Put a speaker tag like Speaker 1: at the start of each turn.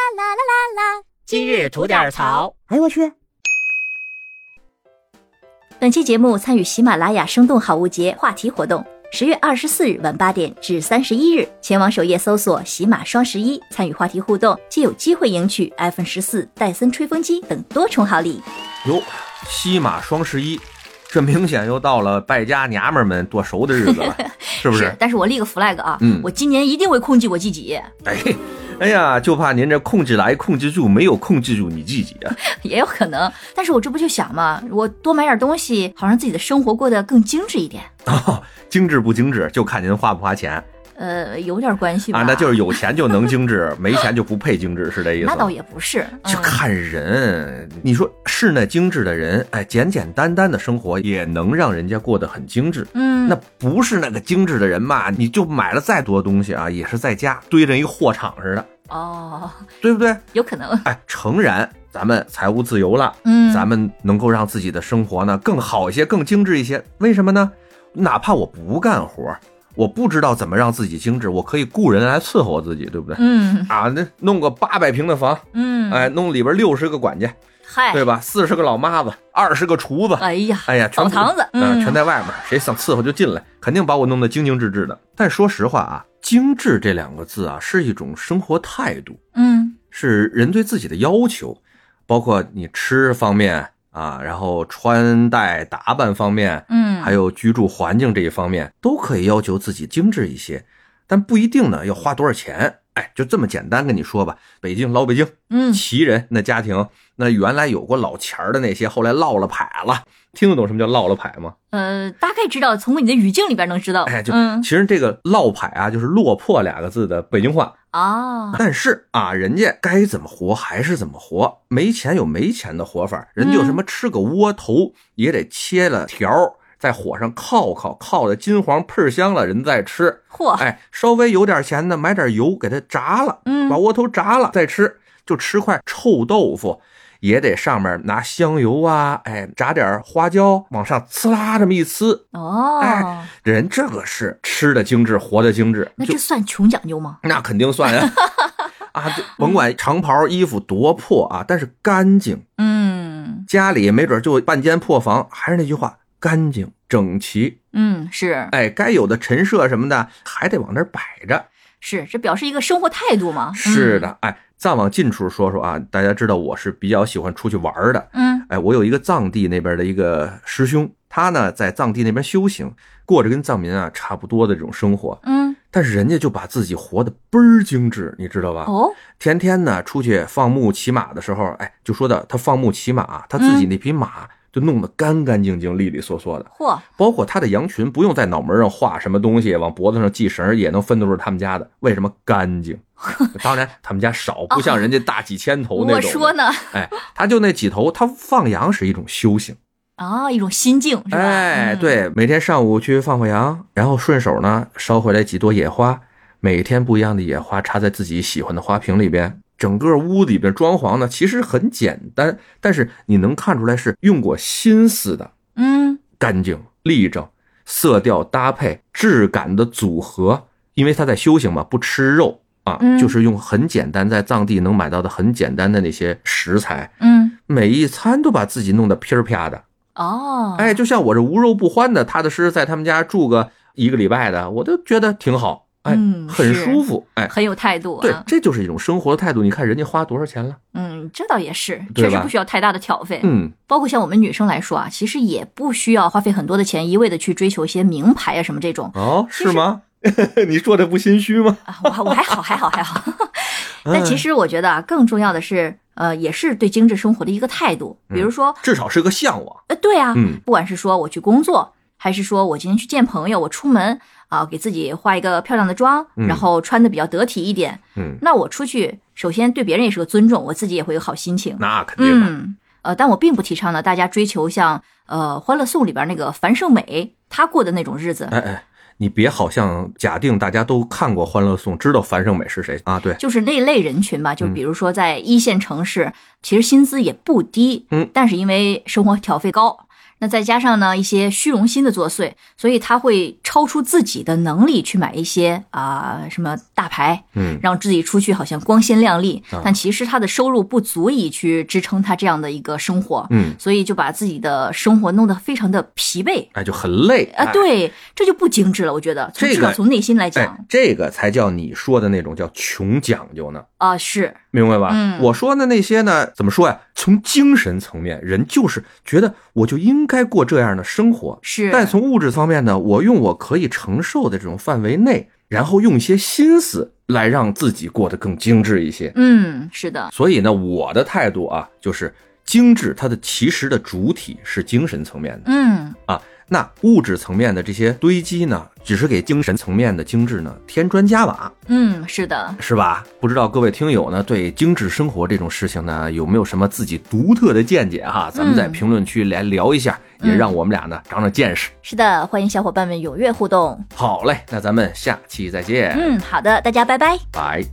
Speaker 1: 啦！今日吐点槽。
Speaker 2: 哎呦我去！
Speaker 3: 本期节目参与喜马拉雅“生动好物节”话题活动，十月二十四日晚八点至三十一日，前往首页搜索“喜马双十一”，参与话题互动，即有机会赢取 iPhone 十四、戴森吹风机等多重好礼。
Speaker 4: 哟，西马双十一，这明显又到了败家娘们儿们剁手的日 子了，是不是？
Speaker 3: 但是我立个 flag 啊，
Speaker 4: 嗯
Speaker 3: 我今年一定会控制我自己，
Speaker 4: 哎，哎呀，就怕您这控制来控制住，没有控制住你自己啊！
Speaker 3: 也有可能。但是我这不就想嘛，我多买点东西，好让自己的生活过得更精致一点。
Speaker 4: 哦，精致不精致，就看您花不花钱啊。啊
Speaker 3: 呃，有点关系吧？
Speaker 4: 那就是有钱就能 精致，没钱就不配精致，是这意思吗？
Speaker 3: 那倒也不是，
Speaker 4: 就
Speaker 3: 嗯
Speaker 4: 看人，你说是那精致的人，哎，简简单单的生活也能让人家过得很精致。
Speaker 3: 嗯，
Speaker 4: 那不是那个精致的人嘛，你就买了再多东西啊，也是在家堆着一货场似的，
Speaker 3: 哦，
Speaker 4: 对不对？
Speaker 3: 有可能，
Speaker 4: 哎，诚然，咱们财务自由了，
Speaker 3: 嗯，
Speaker 4: 咱们能够让自己的生活呢更好一些，更精致一些。为什么呢？哪怕我不干活，我不知道怎么让自己精致，我可以雇人来伺候我自己，对不对？
Speaker 3: 嗯
Speaker 4: 啊，那弄个八百平的房，
Speaker 3: 嗯，
Speaker 4: 哎，弄里边六十个管家，
Speaker 3: 嗨，
Speaker 4: 对吧？四十个老妈子，二十个厨子，
Speaker 3: 哎呀，
Speaker 4: 哎呀，全
Speaker 3: 澡
Speaker 4: 部
Speaker 3: 堂子，
Speaker 4: 嗯、
Speaker 3: 嗯，
Speaker 4: 全在外面，谁想伺候就进来，肯定把我弄得精精致致的。但说实话啊，精致这两个字啊，是一种生活态度，
Speaker 3: 嗯
Speaker 4: 是人对自己的要求，包括你吃方面啊，然后穿戴打扮方面，
Speaker 3: 嗯，
Speaker 4: 还有居住环境这一方面，都可以要求自己精致一些，但不一定呢要花多少钱。哎，就这么简单跟你说吧，北京老北京，
Speaker 3: 嗯
Speaker 4: 旗人那家庭，那原来有过老钱儿的那些，后来落了牌了，听得懂什么叫落了牌吗？
Speaker 3: 呃，大概知道，从你的语境里边能知道，
Speaker 4: 哎，就
Speaker 3: 嗯
Speaker 4: 其实这个落牌啊，就是落魄俩个字的北京话。
Speaker 3: 啊，
Speaker 4: 但是啊，人家该怎么活还是怎么活，没钱有没钱的活法，人家有什
Speaker 3: 嗯
Speaker 4: 么吃个窝头也得切了条儿，在火上烤烤，烤的金黄喷香了，人再吃。
Speaker 3: 嚯，
Speaker 4: 哎，稍微有点钱呢，买点油给它炸了，
Speaker 3: 嗯
Speaker 4: 把窝头炸了再吃，就吃块臭豆腐，也得上面拿香油啊，哎，炸点花椒，往上呲啦这么一呲，
Speaker 3: 哦
Speaker 4: 哎，人这个是吃的精致，活的精致，
Speaker 3: 那
Speaker 4: 就
Speaker 3: 这算穷讲究吗？
Speaker 4: 那肯定算呀。 啊，就甭管长袍衣服多破啊，但是干净。
Speaker 3: 嗯
Speaker 4: 家里没准就半间破房，还是那句话，干净整齐。
Speaker 3: 嗯，是
Speaker 4: 哎，该有的陈设什么的还得往那儿摆着。
Speaker 3: 是，这表示一个生活态度嘛，嗯
Speaker 4: 是，的，哎，再往近处说说啊，大家知道我是比较喜欢出去玩儿的。
Speaker 3: 嗯
Speaker 4: 哎，我有一个藏地那边的一个师兄，他呢在藏地那边修行，过着跟藏民啊差不多的这种生活，
Speaker 3: 嗯，
Speaker 4: 但是人家就把自己活得倍儿精致，你知道吧？
Speaker 3: 哦，
Speaker 4: 天天呢出去放牧骑马的时候，哎，就说到他放牧骑马，他自己那匹马就弄得干干净净、利利索索的，
Speaker 3: 嚯，
Speaker 4: 包括他的羊群不用在脑门上画什么东西，往脖子上系绳儿也能分得出他们家的。为什么 干净？当然他们家少，不像人家大几千头那
Speaker 3: 我
Speaker 4: 种。
Speaker 3: 说？呢，
Speaker 4: 哎，他就那几头，他放羊是一种修行。
Speaker 3: 啊，一种心境是吧？
Speaker 4: 哎，
Speaker 3: 嗯，
Speaker 4: 对，每天上午去放放羊，然后顺手呢捎回来几朵野花，每天不一样的野花插在自己喜欢的花瓶里边。整个屋里边装潢呢，其实很简单，但是你能看出来是用过心思的，
Speaker 3: 嗯
Speaker 4: 干净立正，色调搭配、质感的组合。因为他在修行嘛，不吃肉啊，
Speaker 3: 嗯
Speaker 4: 就是用很简单，在藏地能买到的很简单的那些食材，
Speaker 3: 嗯，
Speaker 4: 每一餐都把自己弄得噼儿啪的。
Speaker 3: 哦，
Speaker 4: 哎，就像我这无肉不欢的，踏踏实实在他们家住个一个礼拜的，我都觉得挺好，哎，
Speaker 3: 嗯
Speaker 4: 很
Speaker 3: 是
Speaker 4: 舒服，哎，
Speaker 3: 很有态度
Speaker 4: 对
Speaker 3: 啊，，
Speaker 4: 这就是一种生活的态度。你看人家花多少钱了？
Speaker 3: 嗯，这倒也是，
Speaker 4: 对
Speaker 3: 确实
Speaker 4: 吧
Speaker 3: 不需要太大的挑费，
Speaker 4: 嗯，
Speaker 3: 包括像我们女生来说啊，其实也不需要花费很多的钱，一味的去追求一些名牌啊什么这种
Speaker 4: 哦，
Speaker 3: 其
Speaker 4: 是
Speaker 3: 实
Speaker 4: 吗？ 你说的不心虚吗？
Speaker 3: 啊，我还我还好还好还 好。但其实我觉得啊，更重要的是，呃，也是对精致生活的一个态度。比如说，
Speaker 4: 哎至少是个向往。
Speaker 3: 呃，对啊，
Speaker 4: 嗯
Speaker 3: 不管是说我去工作，还是说我今天去见朋友，我出门啊，给自己化一个漂亮的妆，
Speaker 4: 嗯
Speaker 3: 然后穿的比较得体一点，
Speaker 4: 嗯，
Speaker 3: 那我出去，首先对别人也是个尊重，我自己也会有好心情。
Speaker 4: 那肯定的。
Speaker 3: 嗯，呃，但我并不提倡呢，大家追求像呃《欢乐颂》里边那个樊胜美她过的那种日子，
Speaker 4: 哎哎，你别好像假定大家都看过《欢乐颂》，知道樊胜美是谁啊？对，
Speaker 3: 就是那类人群吧，就
Speaker 4: 嗯
Speaker 3: 比如说在一线城市，其实薪资也不低，
Speaker 4: 嗯，
Speaker 3: 但是因为生活挑费高，那再加上呢一些虚荣心的作祟，所以他会超出自己的能力去买一些啊、什么大牌，
Speaker 4: 嗯，
Speaker 3: 让自己出去好像光鲜亮丽
Speaker 4: 啊，
Speaker 3: 但其实他的收入不足以去支撑他这样的一个生活，
Speaker 4: 嗯，
Speaker 3: 所以就把自己的生活弄得非常的疲惫
Speaker 4: 哎，就很累
Speaker 3: 啊。
Speaker 4: 哎
Speaker 3: 对，这就不精致了，我觉得，从
Speaker 4: 这
Speaker 3: 至
Speaker 4: 个
Speaker 3: 少从内心来
Speaker 4: 哎
Speaker 3: 讲，
Speaker 4: 这个才叫你说的那种叫穷讲究呢，
Speaker 3: 啊，是
Speaker 4: 明白吧？
Speaker 3: 嗯
Speaker 4: 我说的那些呢，怎么说呀、从精神层面，人就是觉得我就应该过这样的生活，
Speaker 3: 是，
Speaker 4: 但从物质方面呢，我用我可以承受的这种范围内，然后用一些心思来让自己过得更精致一些。
Speaker 3: 嗯，是的，
Speaker 4: 所以呢，我的态度啊，就是精致，它的其实的主体是精神层面的。
Speaker 3: 嗯，
Speaker 4: 那物质层面的这些堆积呢，只是给精神层面的精致呢添砖加瓦，
Speaker 3: 嗯，是的，
Speaker 4: 是吧？不知道各位听友呢对精致生活这种事情呢有没有什么自己独特的见解哈？咱们在
Speaker 3: 嗯
Speaker 4: 评论区来聊一下，也
Speaker 3: 嗯
Speaker 4: 让我们俩呢长长见识。
Speaker 3: 是的，欢迎小伙伴们踊跃互动。
Speaker 4: 好嘞，那咱们下期再见，
Speaker 3: 嗯嗯，好的，大家拜拜。
Speaker 4: 拜。